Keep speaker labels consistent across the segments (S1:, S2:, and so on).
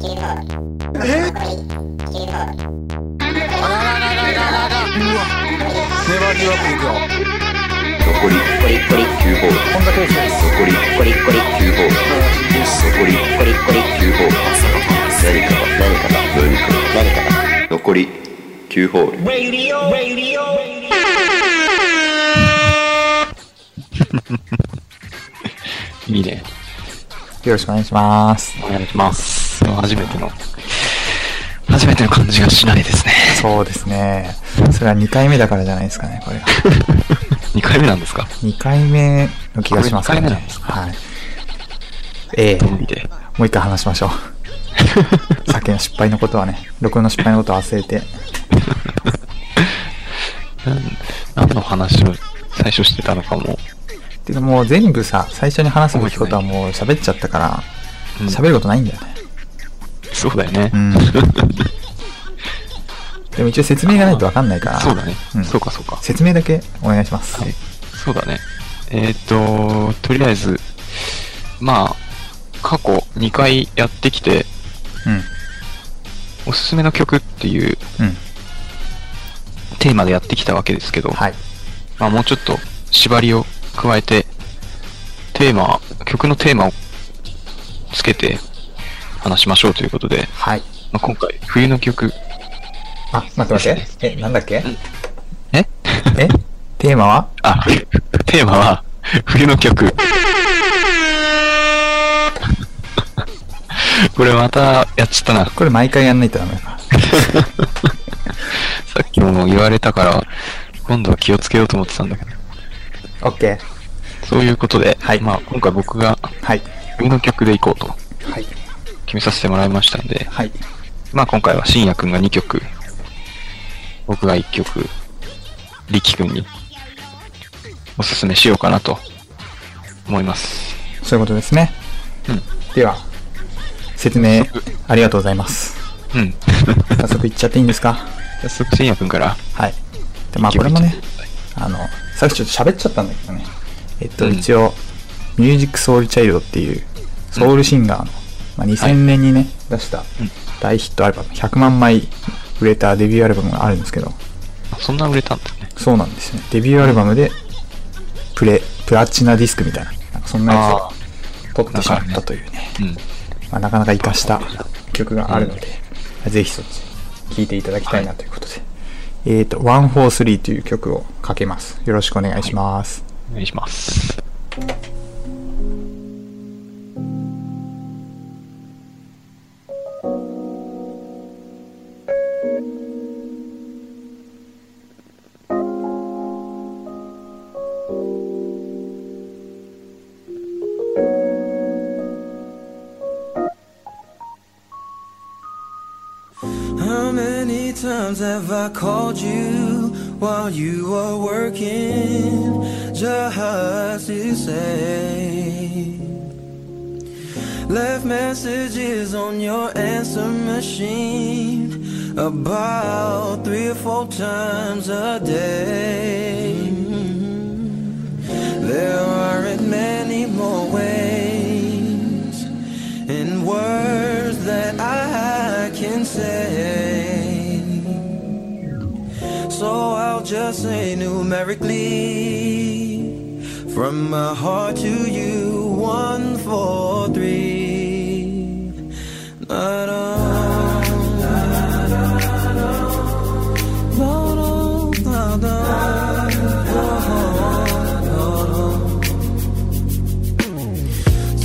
S1: 粘り
S2: え
S3: あららららららら
S1: は僕よ
S4: 残り9ホール
S1: 本田圭佑です
S4: 残り9ホール残り9ホール何かが何かが何かが何かが残り9ホール
S5: いいね。
S1: よろしくお願いします
S5: お願いします。初めての、初めての感じがしないですね。
S1: そうですねそれは2回目だからじゃないですかねこれが
S5: 2回目なんですか
S1: 2回目の気がしますけどね
S5: これ二回目なんですか
S1: はいええ
S5: どう見て。
S1: もう一回話しましょ うさっきの失敗のことはね録音の失敗のことは忘れて
S5: 何の話を最初してたのかも。
S1: てかもう全部さ最初に話すべきことはもう喋っちゃったから
S5: うん
S1: 喋ることないんだよね
S5: そうだよね。
S1: うんでも一応説明がないと分かんないから
S5: そうだね
S1: ん。
S5: そうかそうか。
S1: 説明だけお願いします
S5: はい、そうだね。えっ、と、とりあえず、まあ、過去2回やってきて、
S1: うん
S5: おすすめの曲っていう
S1: うん
S5: テーマでやってきたわけですけど、
S1: はい
S5: まあ、もうちょっと縛りを加えて、テーマ、曲のテーマをつけて話しましょうということで、
S1: はい
S5: まあ、今回、冬の曲、
S1: あ待って待ってえなんだっけ
S5: え
S1: えテーマは
S5: あ、テーマは、冬の曲。 これまたやっちゃったな。
S1: これ毎回やんないとダメだか
S5: さっきも言われたから、今度は気をつけようと思ってたんだけど。
S1: ら OK
S5: そういうことで、
S1: はい
S5: まあ今回僕が
S1: はい
S5: 冬の曲でいこうと
S1: はい
S5: 決めさせてもらいましたんで、
S1: はい
S5: まあ今回は深夜くんが2曲、僕が1曲、力くんにおすすめしようかなと思います。
S1: そういうことですね
S5: うん
S1: では説明ありがとうございます
S5: うん。
S1: 早速いっちゃっていいんですか
S5: 早速深夜くんから。
S1: はい。で、まあ、これもね、あの、さっきちょっと喋っちゃったんだけどね。えっと、
S5: うん
S1: 一応、ミュージックソウルチャイルドっていう、ソウルシンガーの、ま
S5: は
S1: あ、
S5: い
S1: 2000年にね、出した
S5: うん
S1: 大ヒットアルバム、100万枚売れたデビューアルバムがあるんですけど、
S5: そんな売れたんだね。
S1: そうなんですよね。デビューアルバムで、プレ、プラチナディスクみたいな、なんかそんなや
S5: あ
S1: つを取ってしまったというね、
S5: うん。
S1: まあ、なかなか活かした曲があるので、ぜひそっち聴いていただきたいなということで、えっ、ー、と「143」という曲をかけますよろしくお願いします、
S5: お願いします。
S6: How many times have I called you while you were working just to say? Left messages on your answer machine about three or four times a day. There aren't many more ways in words that I can say. So I'll just say numerically from my heart to you one, four, three. Da-da, da-da, da-da, da-da, da-da.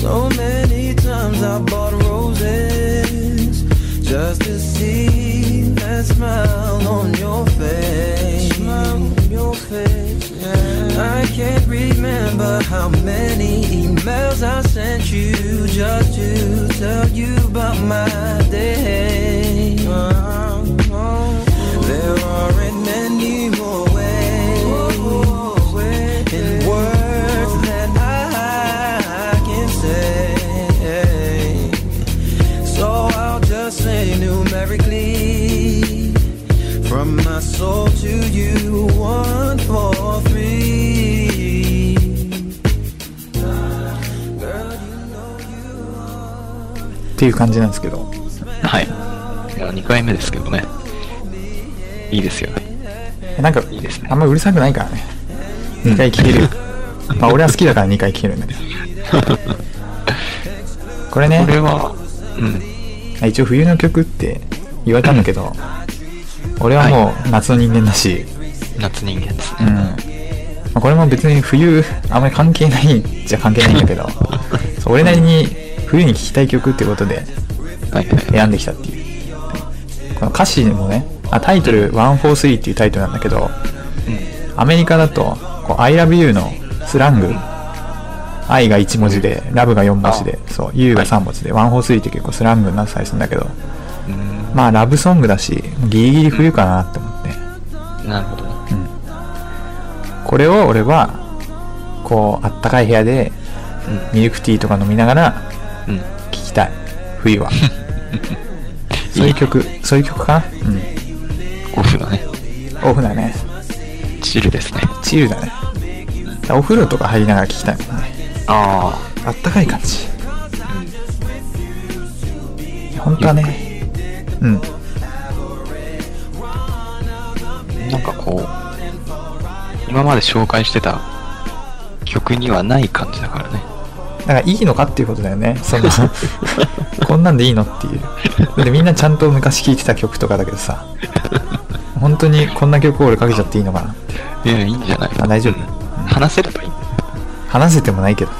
S6: So many times I bought roses just to see that smile on your face. Smile on your face. Yeah. I can't remember how many emails I sent you just to tell you about my day. There aren't many more ways in words that I can say. So I'll just say numerically from my soul to you one, four, three. Girl, you know you are
S1: っていう感じなんですけど
S5: はい。いや、2回目ですけどね。いいですよね。
S1: なんか
S5: いいですね
S1: あんまうるさくないからね2回聴ける、まあ俺は好きだから2回聴けるんだけ どこれね
S5: これは、うん。
S1: あ一応冬の曲って言われたんだけど、俺はもう夏の人間だし、
S5: 夏人間です
S1: うん
S5: ね。
S1: まあ、これも別に冬あまり関係ないじゃ関係ないんだけどそう俺なりに冬に聴きたい曲ってことで
S5: はいはい。
S1: 選んできたっていうこの歌詞もねあタイトル「143」っていうタイトルなんだけど
S5: うん。
S1: アメリカだとこう「ILOVEYOU」のスラング「愛」が1文字で「ラブ」が4文字で「そう U」が3文字で「143」って結構スラングになってたりするんだけど
S5: うん
S1: まあラブソングだしギリギリ冬かなって思って
S5: なるほどね。
S1: これを俺はこうあったかい部屋でミルクティーとか飲みながら
S5: うん。うん。
S1: 聴きたい冬はそういう曲そういう曲かな
S5: オフだね。
S1: うんオフだね
S5: チルですね。
S1: チルだねだからお風呂とか入りながら聴きたいもんね
S5: あ
S1: あったかい感じ
S5: あ。うん。
S1: 本当はねうん
S5: なんかこう、今まで紹介してた曲にはない感じだからね。
S1: だからいいのかっていうことだよね そんなこんなんでいいのっていうだってみんなちゃんと昔聴いてた曲とかだけどさ本当にこんな曲を俺かけちゃっていいのかない
S5: や、いいんじゃない
S1: あ大丈夫
S5: うん話せればいい。
S1: 話せてもないけどね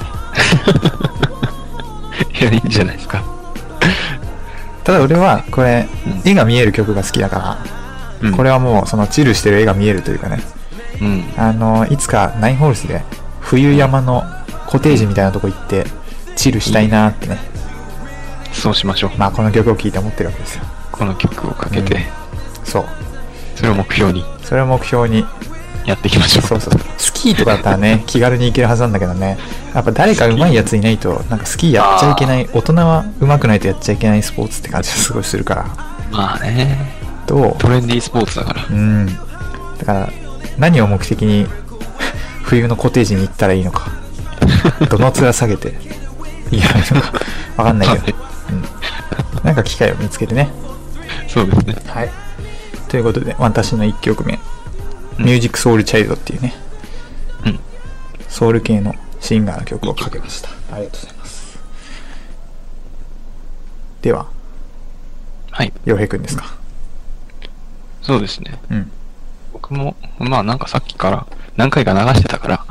S5: いや、いいんじゃないですか。
S1: ただ俺はこれ
S5: うん
S1: 絵が見える曲が好きだから、これ
S5: は、
S1: はもうそのチルしてる絵が見えるというかね
S5: うん。
S1: あのいつかナインホールスで冬山のコテージみたいなとこ行ってチルしたいなーってね
S5: そうしましょう。
S1: まあこの曲を聴いて思ってるわけですよ
S5: この曲をかけて、
S1: そう
S5: それを目標に
S1: それを目標に
S5: やっていきましょう。
S1: そうそうスキーとかだったら ね気軽に行けるはずなんだけどねやっぱ誰か上手いやついないとなんかスキーやっちゃいけない大人は上手くないとやっちゃいけないスポーツって感じがすごいするから
S5: まあね。
S1: どう
S5: トレンディースポーツだから。
S1: うん。だから、何を目的に 冬のコテージに行ったらいいのか、どの面下げていいらいいのか、わかんない けど、うん。なんか機会を見つけてね。
S5: そうですね。
S1: はい。ということで、私の1曲目、
S5: うん
S1: ミュージックソウルチャイルドっていうね、
S5: うん
S1: ソウル系のシンガーの曲をかけました。ありがとうございます。では、
S5: はい。
S1: 洋平くんですか。
S5: そうですね。
S1: うん。
S5: 僕も、まあなんかさっきから何回か流してたから、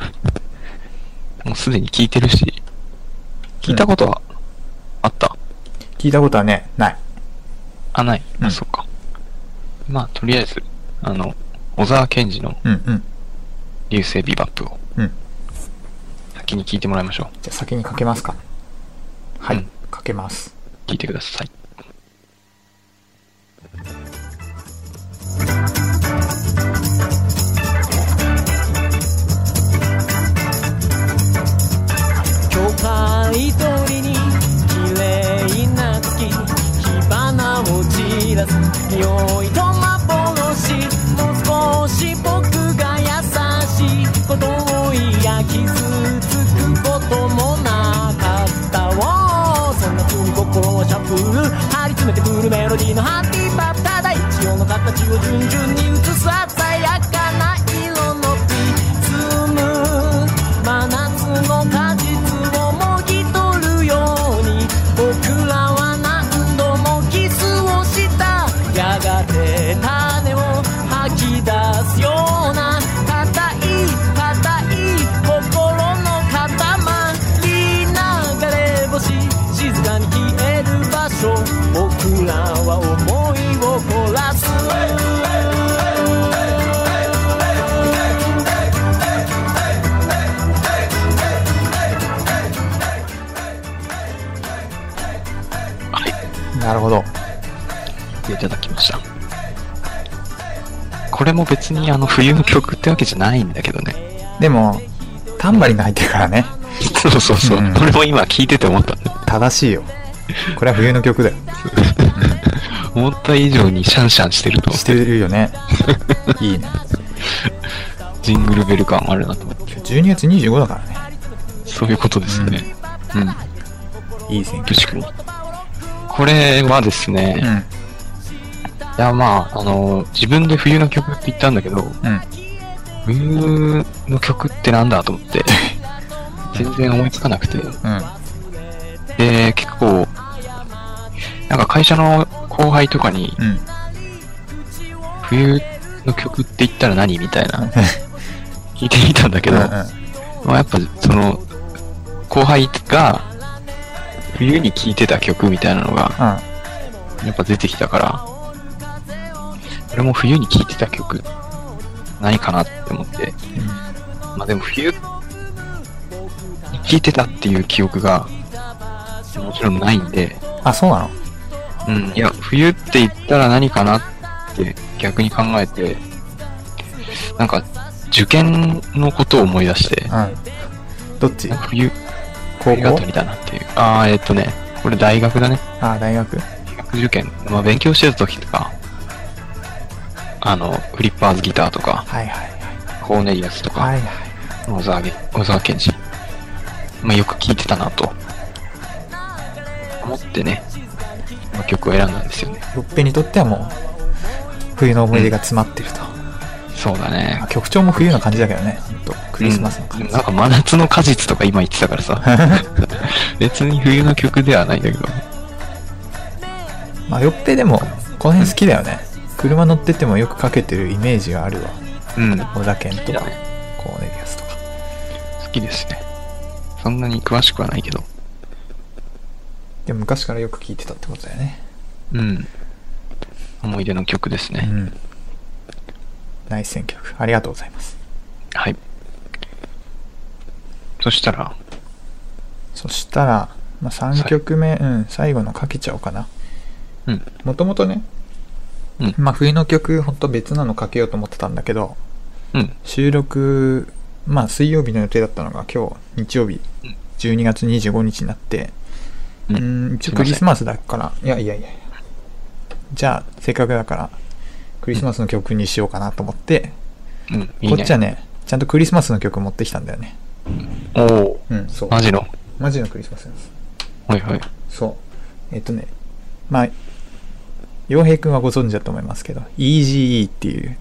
S5: もうすでに聞いてるし、聞いたことはあった、
S1: 聞いたことはね、ない。
S5: あ、ない。
S1: うん
S5: あ、そっか。まあとりあえず、あの、小沢健二の
S1: うんうん。
S5: 流星ビバップを
S1: うん。
S5: 先に聞いてもらいましょ
S1: じゃあ先にかけますか。はい、
S5: うん
S1: かけます。
S5: う。聞いてください。
S6: 巨海鳥に綺麗な月火花を散らす匂いと幻もう少し僕が優しいことをいや傷つくこともなかったわそんな風に心をシャッフル張り詰めてくるメロディーのハッピーパップただ一応の形を順々に映す鮮やかな色のビーツム真夏の果実をもぎ取るように僕らは何度もキスをしたやがて種を吐き出すような硬い硬い心の塊流れ星静かに消える場所僕らは思いを凝らす
S1: なるほど。
S5: いただきました。これも別にあの冬の曲ってわけじゃないんだけどね。
S1: でも、タンバリンが入ってるからね、
S5: そうそうそう。
S1: うん
S5: これも今聞いてて思ったんだ
S1: 正しいよ。これは冬の曲だよ。
S5: 思った以上にシャンシャンしてると思っ
S1: しててる よね。いいね。
S5: ジングルベル感あるなと思って
S1: 12月25だからね。
S5: そういうことですねうん、
S1: いい選
S5: よ
S1: 挙。
S5: しくんこれはですね、
S1: う
S5: い
S1: ん。
S5: や、まあ、あの、自分で冬の曲って言ったんだけど、
S1: うん。
S5: 冬の曲ってなんだと思って、全然思いつかなくて。
S1: うん。
S5: で、結構、なんか会社の後輩とかに、
S1: うん。
S5: 冬の曲って言ったら何みたいな、聞いてみたんだけど、ま
S1: う
S5: あ、やっぱその、後輩が、冬に聴いてた曲みたいなのが、
S1: ん。うん。
S5: やっぱ出てきたから、俺も冬に聴いてた曲、何かなって思って、まあでも冬、聴いてたっていう記憶が、もちろんないんで、
S1: あ、そうなの
S5: うん、いや、冬って言ったら何かなって逆に考えて、なんか、受験のことを思い出して、
S1: うん。どっち
S5: なんか冬、
S1: 高
S5: 冬が
S1: 校
S5: 取りだなっていう。ああ、えっとね、これ大学だね。
S1: あ、大学
S5: 大学受験。まあ、勉強してた時とか、あの、フリッパーズギターとか、
S1: はいはい
S5: コーネリアスと
S1: はい。は
S5: か、
S1: いはい。
S5: 小沢げ小沢健二。まあ、よく聴いてたなと、思ってね、この曲を選んだんですよね。
S1: ロッペにとってはもう、冬の思い出が詰まってると。
S5: そうだね
S1: あ。曲調も冬の感じだけどね。ほんとクリスマスの感
S5: うん
S1: じ。
S5: なんか真夏の果実とか今言ってたからさ 別に冬の曲ではないんだけど
S1: まあ、よっぺでも、この辺好きだよね。車乗っててもよくかけてるイメージがあるわ。
S5: うん好
S1: 小田健と
S5: き
S1: か
S5: だ、ね
S1: コーネリアスとか。
S5: 好きですねそんなに詳しくはないけど
S1: でも昔からよく聴いてたってことだよね。
S5: うん思い出の曲です
S1: う
S5: ね、
S1: ん。ナイス選曲。ありがとうございます。
S5: はいそしたら
S1: そしたら、まあ、3曲目、うん、最後のかけちゃおうかな。
S5: うん
S1: もともとね、
S5: うん
S1: まあ冬の曲、ほんと別なのかけようと思ってたんだけど、
S5: うん
S1: 収録、まあ水曜日の予定だったのが今日、日曜日
S5: うん、
S1: 12月25日になって、
S5: う
S1: う
S5: ん
S1: ーん、
S5: す
S1: 一
S5: いません
S1: 応クリスマスだから、いやいやいや、じゃあせっかくだから、クリスマスの曲にしようかなと思って、
S5: うんいいね
S1: こっちはね、ちゃんとクリスマスの曲持ってきたんだよね。
S5: おお
S1: うん、そう。
S5: マジの
S1: マジのクリスマスです。
S5: はいはい
S1: そう。えっとね、まあ、洋平くんはご存知だと思いますけど、EGE っていう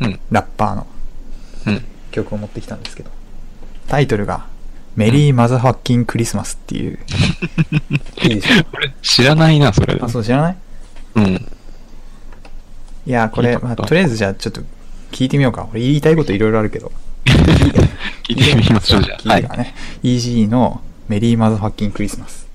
S5: うん
S1: ラッパーの
S5: うん
S1: 曲を持ってきたんですけど、タイトルが、メリーマザファッキンクリスマスっ ていう。いいでしょ
S5: 俺知らないなそれ
S1: あ、そう知らない
S5: うん
S1: いや、こ
S5: 聞い
S1: れ、
S5: たこと
S1: まあ、
S5: ある
S1: とりあえずじゃあちょっと聞いてみようか。俺言いたいこといろいろあるけど。
S5: 聞いてみましょうじゃあ
S1: 聞いてからね。EGE のメリーマザファッキンクリスマス。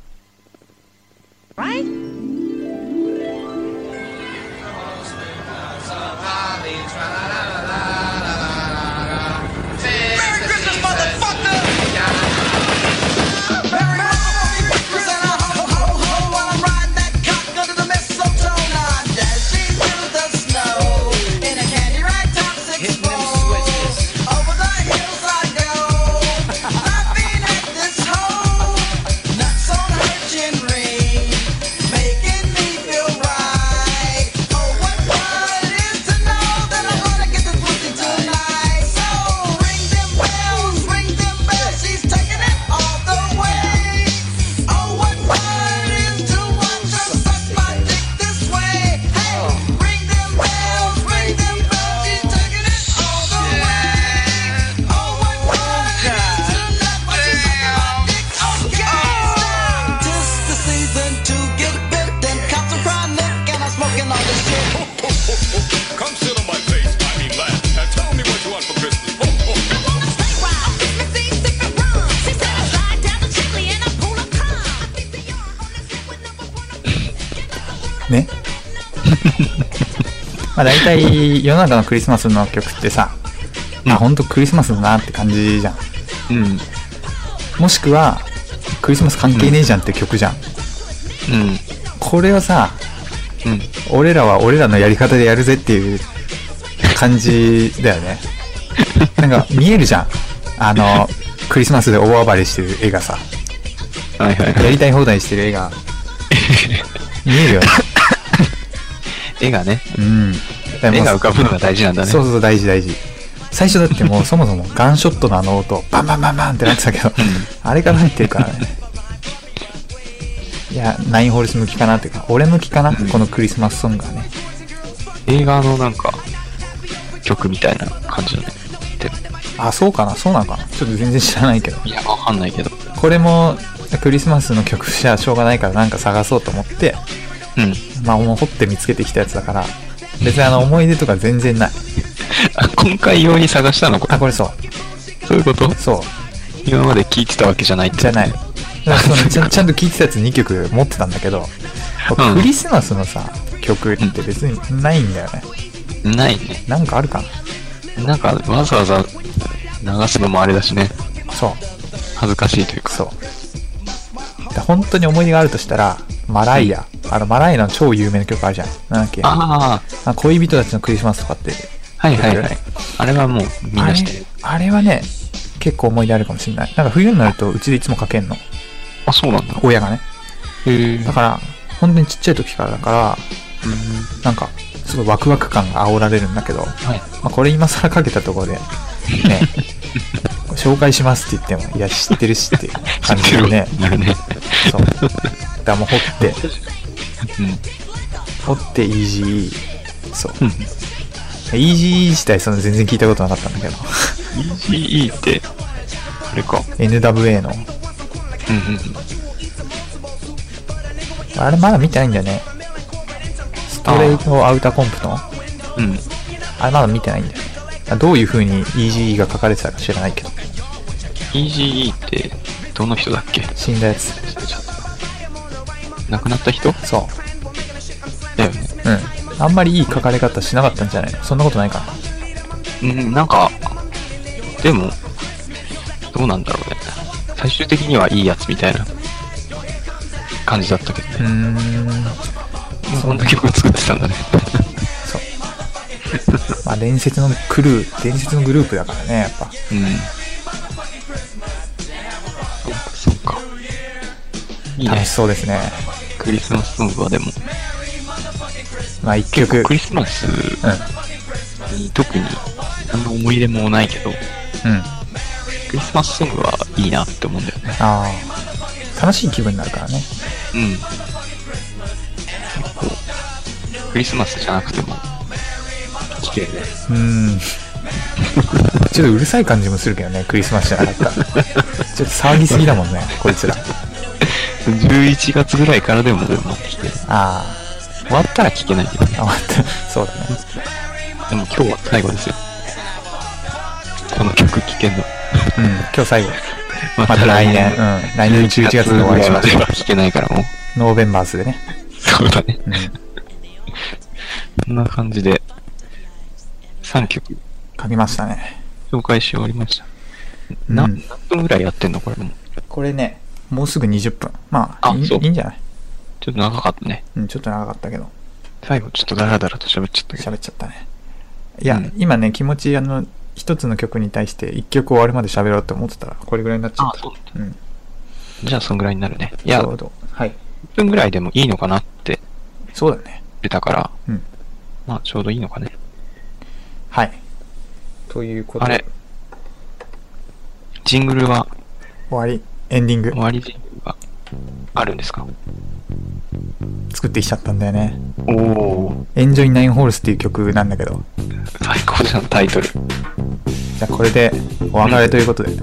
S6: Oh,
S2: Smoking all this shit.
S7: Come sit on my face, I mean laugh, and tell me what you want for Christmas. Oh, oh, oh.
S3: Ne?
S1: ね。 まあ大体世の中のクリスマスの曲ってさ、あ、ほんとクリスマスだなって感じじゃん。
S5: うんうん
S1: もしくは、クリスマス関係ねえじゃんって曲じゃん。これをさ、
S5: うん
S1: 俺らは俺らのやり方でやるぜっていう感じだよ ね。なんか見えるじゃん。あの、クリスマスで大暴れしてる絵がさ、
S5: はいはいは
S1: や
S5: い
S1: りたい放題してる絵 が、見えるよね。
S5: 絵がね
S1: うん。だからもう
S5: 絵が浮かぶのが大事なんだね
S1: そうそうそう大事大事最初だってもうそもそもガンショットのあの音バンバンバンバンってなってたけどあれから入ってるからねいや、ナインホールス向きかなっていうか、俺向きかな、このクリスマスソングはね。
S5: 映画のなんか、曲みたいな感じだね。で
S1: あ、そうかなそうなのかなちょっと全然知らないけど。
S5: いや、わかんないけど。
S1: これも、クリスマスの曲じゃしょうがないからなんか探そうと思って、
S5: うん。
S1: まあ、もう掘って見つけてきたやつだから、別にあの、思い出とか全然ない。
S5: あ、今回用に探したのこ
S1: あ、
S5: れ。
S1: これそう。
S5: そういうこと
S1: そう。
S5: 今まで聞いてたわけじゃないってこと
S1: じゃない。だからそのちゃんちゃんと聴いてたやつ2曲持ってたんだけど、
S5: うん
S1: クリスマスのさ、曲って別にないんだよね。
S5: ないね。
S1: なんかあるか
S5: なんか、わざわざ流すのもあれだしね。
S1: なそう。
S5: 恥ずかしいというか。
S1: そう。だ本当に思い出があるとしたら、マライア。あの、マライアの超有名な曲あるじゃん。なんだっけ
S5: あ
S1: あ恋人たちのクリスマスとかって。
S5: あ、はいはいはい。あれはもうみん
S1: あ
S5: な
S1: れ
S5: してる。
S1: あれはね、結構思い出あるかもしれない。なんか冬になるとうちでいつもかけんの。
S5: あ、そうなんだ。
S1: 親がね。
S5: へえ。
S1: だから、本当にちっちゃい時からだから、なんか、すごいワクワク感が煽られるんだけど、
S5: はい。
S1: まあ、これ今更かけたところ で、ね、紹介しますって言っても、いや、知ってるしっていう感じ
S5: 知って
S1: で
S5: る
S1: ね
S5: ね。。なるね。
S1: そう。だからもう掘って、掘ってイージー、そう。
S5: うん。
S1: イージー自体その全然聞いたことなかったんだけど、
S5: EGE って、あれか。
S1: NWA の。
S5: うんうんうん。
S1: あれまだ見てないんだよね。ストレートアウターコンプの
S5: うん。
S1: あれまだ見てないんだよね。あどういう風に e g が書かれてたか知らないけど、
S5: EGE って、どの人だっけ
S1: 死んだやつ。
S5: 忘れちゃった。亡くなった人
S1: そ
S5: だよね。
S1: う。うん。あんまりいい書かれ方しなかったんじゃないのそんなことないかな。
S5: うん、なんか、でも、どうなんだろうね。最終的にはいいやつみたいな感じだったけど
S1: う
S5: ね。
S1: ーん。
S5: そんな曲を作ってたんだね。
S1: そう。まあ伝説のクルー、伝説のグループだからね、やっぱ。
S5: うん。そっか。いい
S1: 楽
S5: ね
S1: し。そうですね。
S5: クリスマスソングはでも、
S1: まあ一曲。
S5: クリスマス
S1: う
S5: に特に何の思い入れもないけど、
S1: ん。うん。
S5: クリスマスソングはいいなって思うんだよね。
S1: ああ楽しい気分になるからね
S5: うん。結構、クリスマスじゃなくても、聴けるね。
S1: うん ちょっとうるさい感じもするけどねクリスマスじゃなか ったらちょっと騒ぎすぎだもんねこいつ ら
S5: 11月ぐらいからでもでも聞ける
S1: あ
S5: 終わったら聞けないけどね
S1: ああ待ってそうだね
S5: でも今日は最後ですよこの曲聞けんの
S1: うん今日最後
S5: ま
S1: また来年うん来年11月 にお会いしましょ
S5: う聞けないからもう
S1: うノーベンバースでね
S5: そうだね
S1: うん
S5: こんな感じで3曲
S1: 書きましたね
S5: 紹介し終わりましたな
S1: うん
S5: 何分ぐらいやってんのこれも
S1: これねもうすぐ20分まあ
S5: あ
S1: いい
S5: そう
S1: いいんじゃない、
S5: ちょっと長かったね
S1: うん、ちょっと長かったけど
S5: 最後ちょっとダラダラと喋っちゃったけど
S1: 喋っちゃったねいや、
S5: うん
S1: 今ね気持ちあの一つの曲に対して一曲終わるまで喋ろうと思ってたらこれぐらいになっちゃっ
S5: あ
S1: た
S5: そう
S1: うん
S5: じゃあそんぐらいになるねい
S1: ち
S5: や
S1: ょう
S5: 1
S1: どはい
S5: 分ぐらいでもいいのかなって
S1: そうだね
S5: 出たから
S1: うん
S5: まあちょうどいいのかね
S1: はい。ということ
S5: あ
S1: で
S5: れ、ジングルは
S1: 終わり、エンディング
S5: 終わりジングルがあるんですか
S1: 作ってきちゃったんだよね。
S5: おお
S1: エンジョイナインホールスっていう曲なんだけど、
S5: 最高じゃんタイトル
S1: じゃあこれでお別れということで、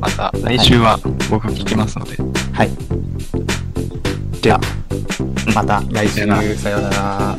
S5: また来週は僕聞きますので、
S1: はい。では、また来
S5: さよなら
S1: 週、さようなら。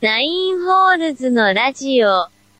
S2: ナインホールズのラジオ。